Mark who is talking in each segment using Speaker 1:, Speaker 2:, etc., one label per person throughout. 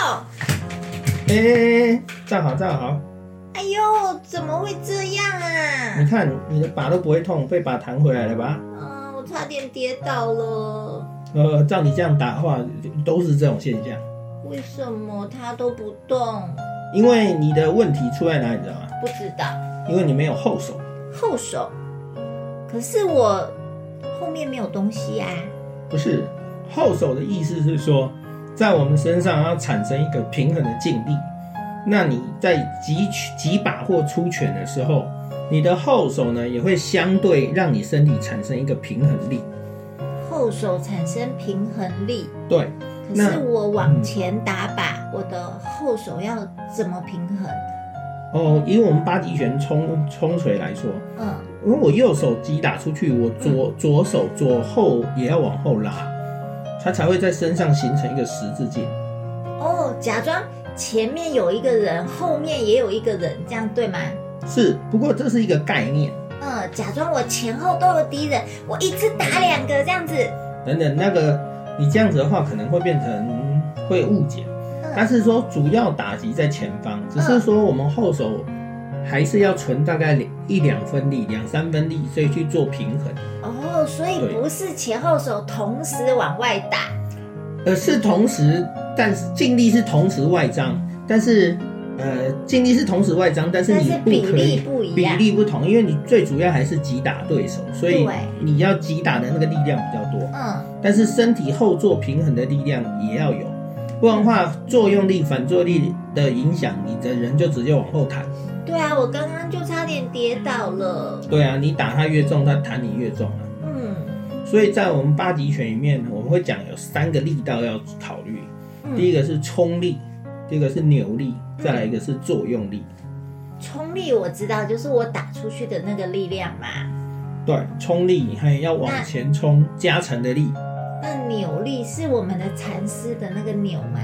Speaker 1: 哎哎哎，站好站好，
Speaker 2: 哎呦，怎么会这样
Speaker 1: 你
Speaker 2: 啊？
Speaker 1: 看你的把都不会痛，被把弹回来了吧？
Speaker 2: 啊，我差点跌倒了。
Speaker 1: 呃，照你这样打的话，都是这种现象。
Speaker 2: 为什么它都不动？
Speaker 1: 因为你的问题出在哪里，你知道吗？
Speaker 2: 不知道
Speaker 1: 因为你没有后手，
Speaker 2: 后手，可是我后面没有东西啊。
Speaker 1: 不是后手的意思是说，在我们身上要产生一个平衡的劲力。那你在击拳击把或出拳的时候，你的后手呢也会相对让你身体产生一个平衡力。
Speaker 2: 后手产生平衡力，
Speaker 1: 对，
Speaker 2: 可
Speaker 1: 那
Speaker 2: 是我往前打靶，我的后手要怎么平衡？
Speaker 1: 哦，以我们八极拳冲冲锤来说，
Speaker 2: 嗯，
Speaker 1: 因为我右手击打出去，我左左手左后也要往后拉，它才会在身上形成一个十字劲。
Speaker 2: 哦，假装前面有一个人，后面也有一个人，这样对吗？
Speaker 1: 是，不过这是一个概念。
Speaker 2: 嗯，假装我前后都有敌人，我一次打两个这样子。
Speaker 1: 等等，那个你这样子的话，可能会变成会误解。它是说主要打击在前方，只是说我们后手还是要存大概两一两分力、两三分力，所以去做平衡。
Speaker 2: 哦，所以
Speaker 1: 对
Speaker 2: 不是前后手同时往外打。
Speaker 1: 呃，是同时，但是尽力是同时外张，但是呃，尽力是同时外张，但是
Speaker 2: 但
Speaker 1: 你
Speaker 2: 是
Speaker 1: 不
Speaker 2: 比
Speaker 1: 可以
Speaker 2: 例不一
Speaker 1: 比
Speaker 2: 样
Speaker 1: 例不同，因为你最主要还是击打对手，所以
Speaker 2: 对
Speaker 1: 你要击打的那个力量比较多，
Speaker 2: 嗯，
Speaker 1: 但是身体后坐平衡的力量也要有，不然的话作用力、反作用力的影响，你的人就直接往后弹。
Speaker 2: 对啊，我刚刚就差点跌倒了。
Speaker 1: 对啊，你打他越重，他弹你越重啊。
Speaker 2: 嗯，
Speaker 1: 所以在我们八极拳里面，我们会讲有三个力道要考虑，
Speaker 2: 嗯
Speaker 1: 第一个是冲力，第二个是扭力，再来一个是作用力。
Speaker 2: 冲力我知道，就是我打出去的那个力量嘛。
Speaker 1: 对，冲力你还要往前冲，加成的力。
Speaker 2: 那扭力是我们的禅师的那个扭吗？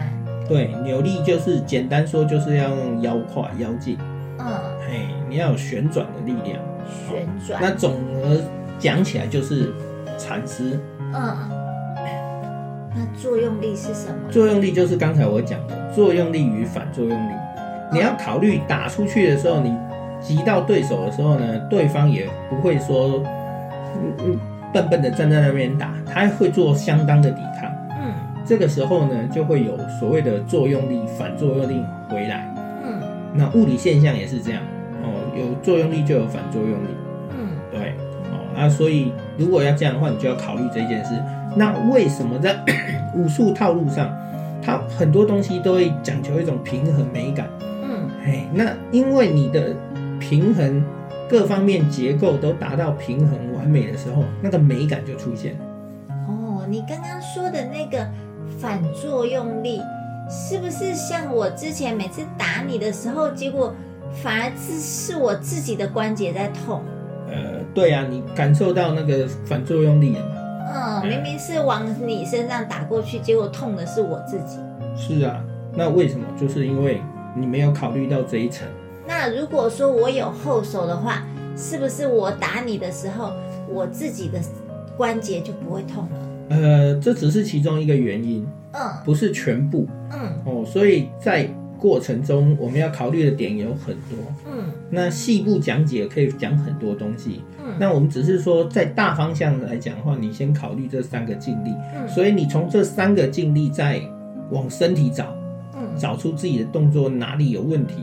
Speaker 1: 对，扭力就是简单说就是要用腰胯、腰劲，
Speaker 2: 嗯，
Speaker 1: 嘿，你要有旋转的力量。
Speaker 2: 旋
Speaker 1: 那
Speaker 2: 转。
Speaker 1: 总而讲起来就是禅师
Speaker 2: 嗯，那作用力是什么？
Speaker 1: 作用力，就是刚才我讲的作用力与反作用力。你要考虑打出去的时候，你击到对手的时候呢，对方也不会说嗯嗯笨笨的站在那边打，他会做相当的抵抗。
Speaker 2: 嗯
Speaker 1: 这个时候呢，就会有所谓的作用力、反作用力回来。
Speaker 2: 嗯
Speaker 1: 那物理现象也是这样哦，有作用力就有反作用力，
Speaker 2: 嗯
Speaker 1: 对哦啊，所以如果要这样的话，你就要考虑这件事。那为什么在 武术套路上，它很多东西都会讲求一种平衡美感？
Speaker 2: 嗯
Speaker 1: 哎，那因为你的平衡各方面结构都达到平衡完美的时候，那个美感就出现了。
Speaker 2: 哦，你刚刚说的那个反作用力，是不是像我之前每次打你的时候，结果反而是是我自己的关节在痛？
Speaker 1: 呃，对啊，你感受到那个反作用力了嘛？
Speaker 2: 嗯，明明是往你身上打过去，结果痛的是我自己。
Speaker 1: 是啊，那为什么？就是因为你没有考虑到这一层。
Speaker 2: 那如果说我有后手的话，是不是我打你的时候，我自己的关节就不会痛了？
Speaker 1: 呃，这只是其中一个原因，
Speaker 2: 嗯
Speaker 1: 不是全部
Speaker 2: 嗯
Speaker 1: 哦。所以在过程中，我们要考虑的点有很多。
Speaker 2: 嗯
Speaker 1: 那细部讲解可以讲很多东西。
Speaker 2: 嗯
Speaker 1: 那我们只是说，在大方向来讲的话，你先考虑这三个尽力。
Speaker 2: 嗯
Speaker 1: 所以你从这三个尽力再往身体找，
Speaker 2: 嗯
Speaker 1: 找出自己的动作哪里有问题，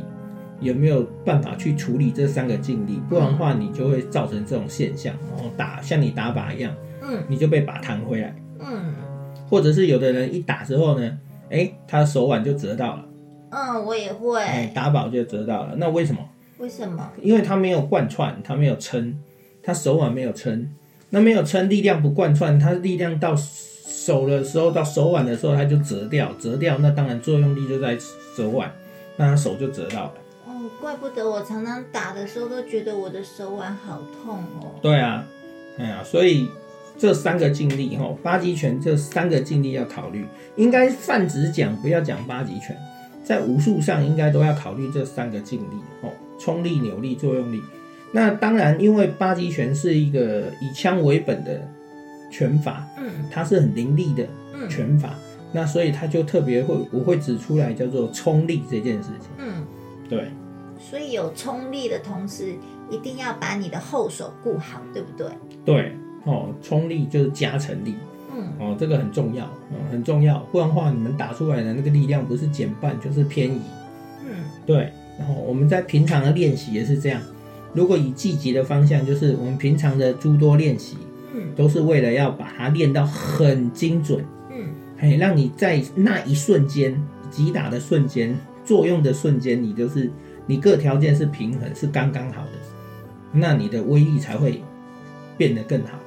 Speaker 1: 有没有办法去处理这三个劲力，不然的话你就会造成这种现象，然后打像你打靶一样，
Speaker 3: 嗯
Speaker 1: 你就被靶弹回来，
Speaker 3: 嗯
Speaker 1: 或者是有的人一打之后呢，哎，他的手腕就折到了，
Speaker 3: 嗯，我也会。
Speaker 1: 哎，打靶就折到了，那为什么？
Speaker 3: 为什么？
Speaker 1: 因为他没有贯穿，他没有撑，他手腕没有撑，那没有撑，力量不贯穿，他力量到手的时候，到手腕的时候，他就折掉，折掉，那当然作用力就在手腕，那他手就折到了。
Speaker 3: 哦，怪不得我常常打的时候都觉得我的手腕好痛哦。
Speaker 1: 对啊，哎呀，所以这三个劲力哈，八极拳这三个劲力要考虑，应该泛指讲，不要讲八极拳，在武术上应该都要考虑这三个劲力哦，冲力、扭力、作用力。那当然，因为八极拳是一个以枪为本的拳法，
Speaker 3: 嗯
Speaker 1: 它是很凌厉的
Speaker 3: 嗯
Speaker 1: 拳法，那所以它就特别会，我会指出来叫做冲力这件事情。
Speaker 3: 嗯，
Speaker 1: 对，
Speaker 3: 所以有冲力的同时，一定要把你的后手顾好，对不对？
Speaker 1: 对，哦，冲力就是加成力，
Speaker 3: 嗯
Speaker 1: 哦，这个很重要，嗯，很重要，不然的话你们打出来的那个力量不是减半就是偏移。
Speaker 3: 嗯
Speaker 1: 对，然后我们在平常的练习也是这样。如果以积极的方向，就是我们平常的诸多练习，
Speaker 3: 嗯
Speaker 1: 都是为了要把它练到很精准，
Speaker 3: 嗯
Speaker 1: 嘿，让你在那一瞬间击打的瞬间、作用的瞬间，你就是你各条件是平衡，是刚刚好的，那你的威力才会变得更好。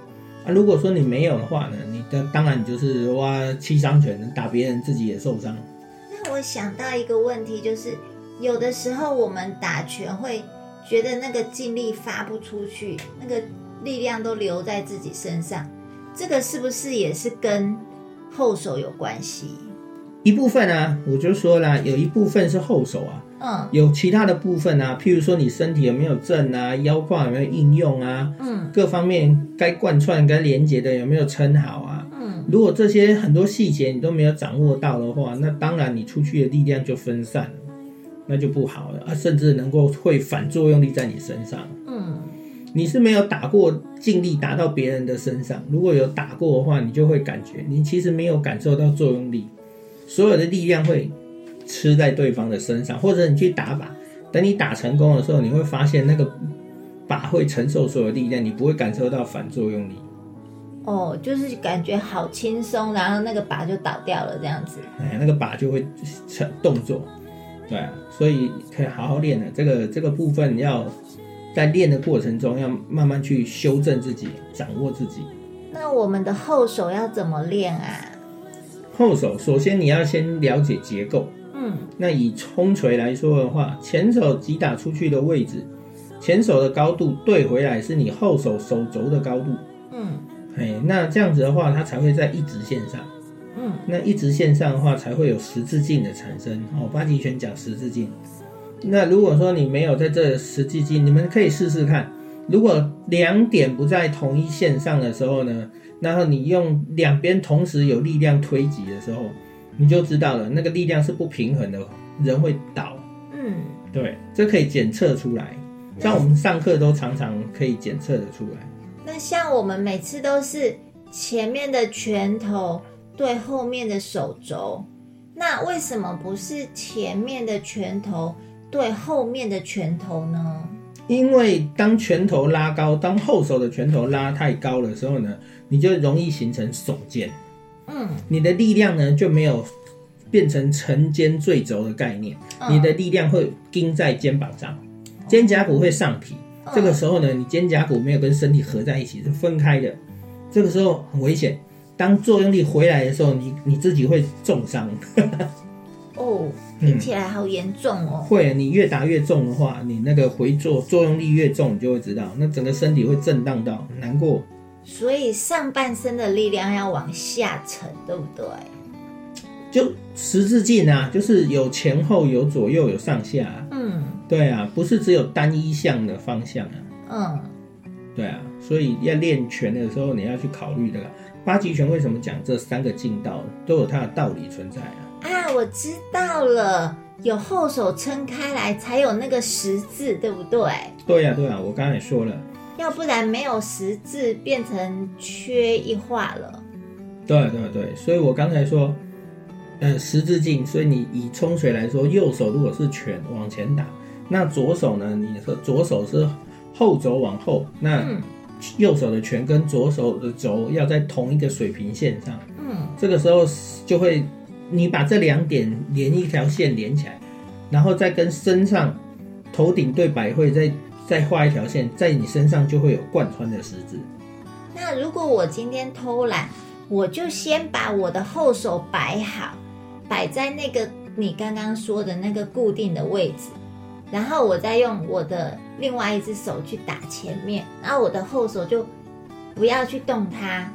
Speaker 1: 啊，如果说你没有的话呢，你的当然你就是哇七伤拳打别人，自己也受伤。
Speaker 3: 那我想到一个问题，就是有的时候我们打拳会觉得那个劲力发不出去，那个力量都留在自己身上，这个是不是也是跟后手有关系？
Speaker 1: 一部分啊，我就说啦，有一部分是后手啊，
Speaker 3: 嗯
Speaker 1: 有其他的部分啊，譬如说你身体有没有正啊，腰胯有没有应用啊，
Speaker 3: 嗯
Speaker 1: 各方面该贯穿、该连接的有没有撑好啊，
Speaker 3: 嗯
Speaker 1: 如果这些很多细节你都没有掌握到的话，那当然你出去的力量就分散了，那就不好了啊，甚至能够会反作用力在你身上。
Speaker 3: 嗯
Speaker 1: 你是没有打过，尽力打到别人的身上。如果有打过的话，你就会感觉你其实没有感受到作用力，所有的力量会吃在对方的身上，或者你去打靶，等你打成功的时候，你会发现那个靶会承受所有力量，你不会感受到反作用力。
Speaker 3: 哦，就是感觉好轻松，然后那个靶就倒掉了这样子。
Speaker 1: 哎，那个靶就会成动作，对啊，所以可以好好练的。这个这个部分要在练的过程中，要慢慢去修正自己，掌握自己。
Speaker 3: 那我们的后手要怎么练啊？
Speaker 1: 后手，首先你要先了解结构。
Speaker 3: 嗯
Speaker 1: 那以冲锤来说的话，前手击打出去的位置，前手的高度对回来是你后手手肘的高度。
Speaker 3: 嗯
Speaker 1: 哎，那这样子的话，它才会在一直线上。
Speaker 3: 嗯
Speaker 1: 那一直线上的话，才会有十字镜的产生。哦，八极拳讲十字镜。那如果说你没有在这十字镜，你们可以试试看。如果两点不在同一线上的时候呢，然后你用两边同时有力量推挤的时候，你就知道了那个力量是不平衡的，人会倒。
Speaker 3: 嗯，
Speaker 1: 对，这可以检测出来。像我们上课都常常可以检测的出来。
Speaker 3: 那像我们每次都是前面的拳头对后面的手肘，那为什么不是前面的拳头对后面的拳头呢？
Speaker 1: 因为当拳头拉高，当后手的拳头拉太高的时候呢，你就容易形成手肩，
Speaker 3: 嗯，
Speaker 1: 你的力量呢就没有变成沉肩坠肘的概念，
Speaker 3: 嗯
Speaker 1: 你的力量会盯在肩膀上，肩胛骨会上提。
Speaker 3: 嗯
Speaker 1: 这个时候呢，你肩胛骨没有跟身体合在一起，是分开的，这个时候很危险。当作用力回来的时候，你你自己会重伤。
Speaker 3: 哦，
Speaker 1: 嗯
Speaker 3: 听起来好严重哦。
Speaker 1: 会，你越打越重的话，你那个回做作用力越重，你就会知道，那整个身体会震荡到，难过。
Speaker 3: 所以上半身的力量要往下沉，对不对？
Speaker 1: 就十字镜啊，就是有前后、有左右、有上下、啊。
Speaker 3: 嗯
Speaker 1: 对啊，不是只有单一项的方向啊。
Speaker 3: 嗯
Speaker 1: 对啊，所以要练拳的时候，你要去考虑的啦。八极拳为什么讲这三个劲道都有它的道理存在啊？
Speaker 3: 啊，我知道了，有后手撑开来才有那个十字，对不对？
Speaker 1: 对呀、对呀、啊我刚才也说了，
Speaker 3: 要不然没有十字变成缺一画了。
Speaker 1: 啊对对对，所以我刚才说，呃十字劲，所以你以冲锤来说，右手如果是拳往前打，那左手呢，你的左手是后肘往后，那
Speaker 3: 嗯
Speaker 1: 右手的拳跟左手的肘要在同一个水平线上，
Speaker 3: 嗯
Speaker 1: 这个时候就会你把这两点连一条线连起来，然后再跟身上头顶对百会再再画一条线，在你身上就会有贯穿的十字。
Speaker 3: 那如果我今天偷懒，我就先把我的后手摆好，摆在那个你刚刚说的那个固定的位置，然后我再用我的另外一只手去打前面，然后我的后手就不要去动它。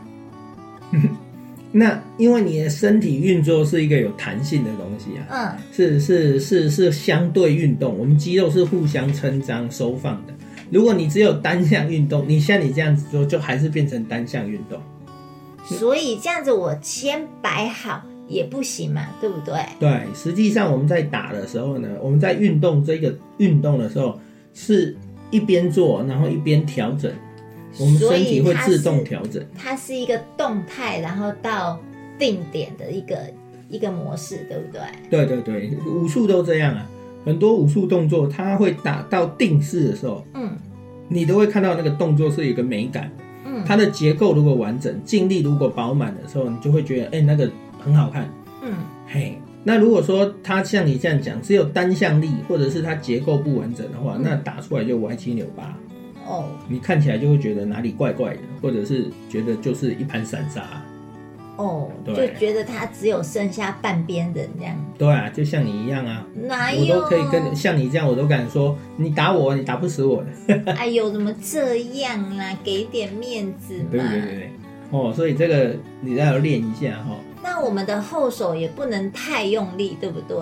Speaker 1: 那因为你的身体运作是一个有弹性的东西啊，
Speaker 3: 嗯
Speaker 1: 是是是是相对运动，我们肌肉是互相撑张收放的。如果你只有单项运动，你像你这样子做，就还是变成单项运动。
Speaker 3: 所以这样子我先摆好也不行嘛，对不对？
Speaker 1: 对，实际上我们在打的时候呢，我们在运动这个运动的时候，是一边做，然后一边调整，我们身体会自动调整。
Speaker 3: 它是一个动态，然后到定点的一个一个模式，对不对？
Speaker 1: 对对对，武术都这样啊，很多武术动作，它会打到定式的时候，
Speaker 3: 嗯
Speaker 1: 你都会看到那个动作是有一个美感，
Speaker 3: 嗯
Speaker 1: 它的结构如果完整，劲力如果饱满的时候，你就会觉得，哎、那个很好看。
Speaker 3: 嗯。
Speaker 1: 嘿，那如果说它像你这样讲，只有单向力，或者是它结构不完整的话，
Speaker 3: 嗯
Speaker 1: 那打出来就歪七扭八。
Speaker 3: 哦
Speaker 1: 你看起来就会觉得哪里怪怪的，或者是觉得就是一盘散沙。
Speaker 3: 哦，就
Speaker 1: 对
Speaker 3: 觉得他只有剩下半边人这样，
Speaker 1: 对啊，就像你一样啊，
Speaker 3: 哪
Speaker 1: 我
Speaker 3: 有？
Speaker 1: 都可以跟你 像你这样，我都敢说你打我，你打不死我的。
Speaker 3: 哎呦，怎么这样啦？给点面子嘛。
Speaker 1: 对对对
Speaker 3: 哎
Speaker 1: 对，哦，所以这个你要练一下哈、哦。
Speaker 3: 那我们的后手也不能太用力，对不对？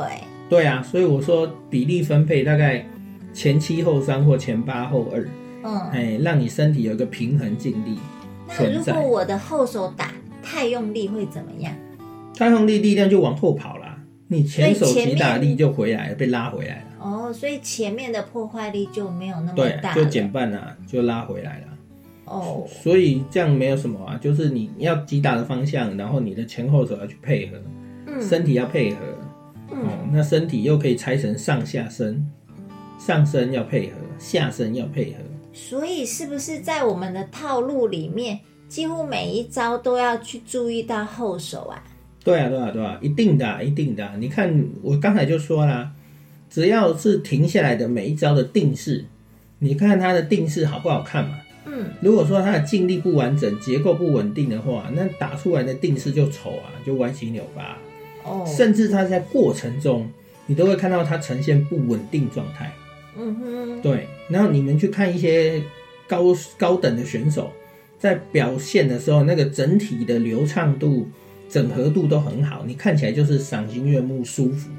Speaker 1: 对啊，所以我说比例分配大概前七后三或前八后二，
Speaker 3: 嗯，
Speaker 1: 哎，让你身体有一个平衡劲力。
Speaker 3: 那如
Speaker 1: 存在
Speaker 3: 果我的后手打太用力会怎么样？
Speaker 1: 太用力力量就往后跑啦，你前手
Speaker 3: 所以前
Speaker 1: 击
Speaker 3: 面
Speaker 1: 打力就回来了，被拉回来了。
Speaker 3: 哦，所以前面的破坏力就没有那么
Speaker 1: 对
Speaker 3: 哦
Speaker 1: 啊
Speaker 3: 大，
Speaker 1: 就
Speaker 3: 了。
Speaker 1: 减半啦、就拉回来了。
Speaker 3: 哦，
Speaker 1: 所以这样没有什么啊，就是你要击打的方向，然后你的前后手要去配合，
Speaker 3: 嗯
Speaker 1: 身体要配合，
Speaker 3: 嗯
Speaker 1: 哦，那身体又可以拆成上下身，上身要配合，下身要配合，
Speaker 3: 所以是不是在我们的套路里面，几乎每一招都要去注意到后手啊？
Speaker 1: 对啊，对啊，对啊，一定的啊、一定的啊、你看我刚才就说啦，只要是停下来的每一招的定式，你看它的定式好不好看嘛？
Speaker 3: 嗯，
Speaker 1: 如果说它的劲力不完整，结构不稳定的话，那打出来的定式就丑啊，就歪七扭八啊、
Speaker 3: 哦，
Speaker 1: 甚至它在过程中，你都会看到它呈现不稳定状态。
Speaker 3: 嗯哼，
Speaker 1: 对，然后你们去看一些高高等的选手，在表现的时候，那个整体的流畅度、整合度都很好，你看起来就是赏心悦目、舒服。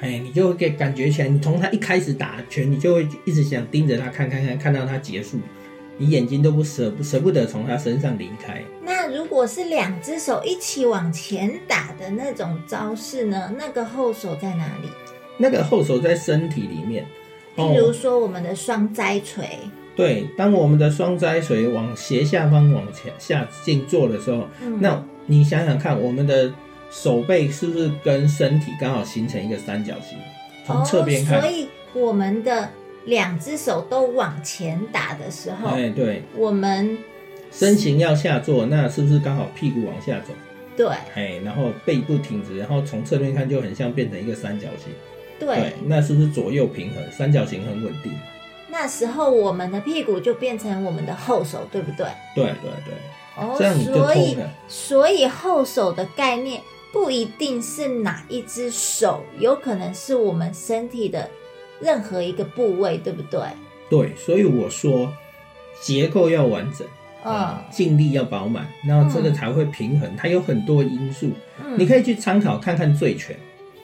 Speaker 1: 哎，你就会给感觉起来，你从他一开始打拳，你就会一直想盯着他看，看看，看到他结束，你眼睛都不舍不舍不得从他身上离开。
Speaker 3: 那如果是两只手一起往前打的那种招式呢？那个后手在哪里？
Speaker 1: 那个后手在身体里面，哦
Speaker 3: 譬如说我们的双摘锤，
Speaker 1: 对，当我们的双摘水往斜下方往前下静坐的时候，
Speaker 3: 嗯
Speaker 1: 那你想想看，我们的手背是不是跟身体刚好形成一个三角形？从侧边看，
Speaker 3: 哦，所以我们的两只手都往前打的时候，
Speaker 1: 哎，对，
Speaker 3: 我们
Speaker 1: 身形要下坐，那是不是刚好屁股往下走？
Speaker 3: 对
Speaker 1: 哎，然后背部挺直，然后从侧面看就很像变成一个三角形。
Speaker 3: 对，
Speaker 1: 那是不是左右平衡？三角形很稳定。
Speaker 3: 那时候我们的屁股就变成我们的后手，对不对？
Speaker 1: 对对对，
Speaker 3: 哦，
Speaker 1: 这样你就
Speaker 3: 所以
Speaker 1: 通了。
Speaker 3: 所以后手的概念不一定是哪一只手，有可能是我们身体的任何一个部位，对不对？
Speaker 1: 对，所以我说结构要完整。
Speaker 3: 嗯
Speaker 1: 啊，尽力要饱满，然后这个才会平衡。它有很多因素，你
Speaker 3: 嗯，
Speaker 1: 可以去参考看看醉拳。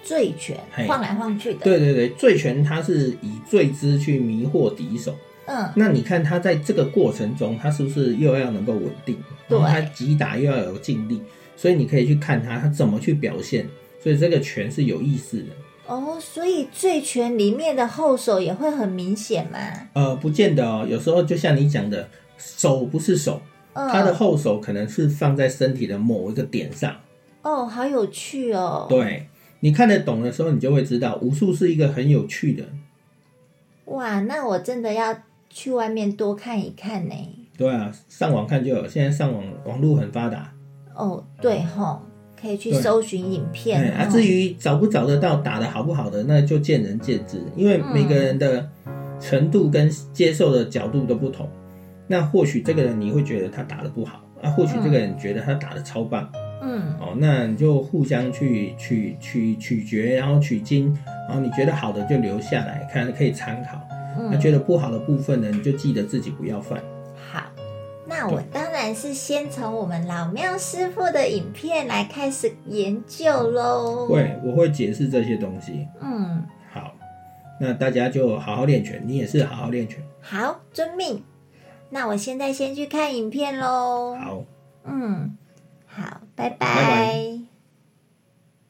Speaker 3: 醉拳
Speaker 1: 嘿
Speaker 3: 晃来晃去的，，
Speaker 1: 对对对，醉拳它是以醉姿去迷惑敌手。
Speaker 3: 嗯
Speaker 1: 那你看它在这个过程中，它是不是又要能够稳定？
Speaker 3: 对
Speaker 1: 然后它击打又要有尽力，所以你可以去看它它怎么去表现。所以这个拳是有意思的。
Speaker 3: 哦，所以醉拳里面的后手也会很明显嘛，
Speaker 1: 呃，不见得哦，有时候就像你讲的，手不是手，
Speaker 3: 嗯，
Speaker 1: 它的后手可能是放在身体的某一个点上。
Speaker 3: 哦，好有趣哦。
Speaker 1: 对，你看得懂的时候，你就会知道武术是一个很有趣的。
Speaker 3: 哇，那我真的要去外面多看一看呢。
Speaker 1: 对啊，上网看就有，现在上网网络很发达。
Speaker 3: 哦，对吼，可以去
Speaker 1: 对
Speaker 3: 搜寻影片。
Speaker 1: 哎，啊，
Speaker 3: 哦
Speaker 1: 至于找不找得到、打的好不好的，那就见仁见智，因为每个人的程度跟接受的角度都不同。那或许这个人你会觉得他打的不好，啊，或许这个人觉得他打的超棒，
Speaker 3: 嗯
Speaker 1: 哦，那你就互相去去去取决，然后取经，然后你觉得好的就留下来看，可以参考；那、
Speaker 3: 嗯，
Speaker 1: 觉得不好的部分呢，你就记得自己不要犯。
Speaker 3: 好。那我当然是先从我们老庙师傅的影片来开始研究喽。
Speaker 1: 会，我会解释这些东西。
Speaker 3: 嗯，
Speaker 1: 好，那大家就好好练拳，你也是好好练拳。
Speaker 3: 好，遵命。那我现在先去看影片喽。
Speaker 1: 好。
Speaker 3: 嗯，好，拜
Speaker 1: 拜
Speaker 3: 拜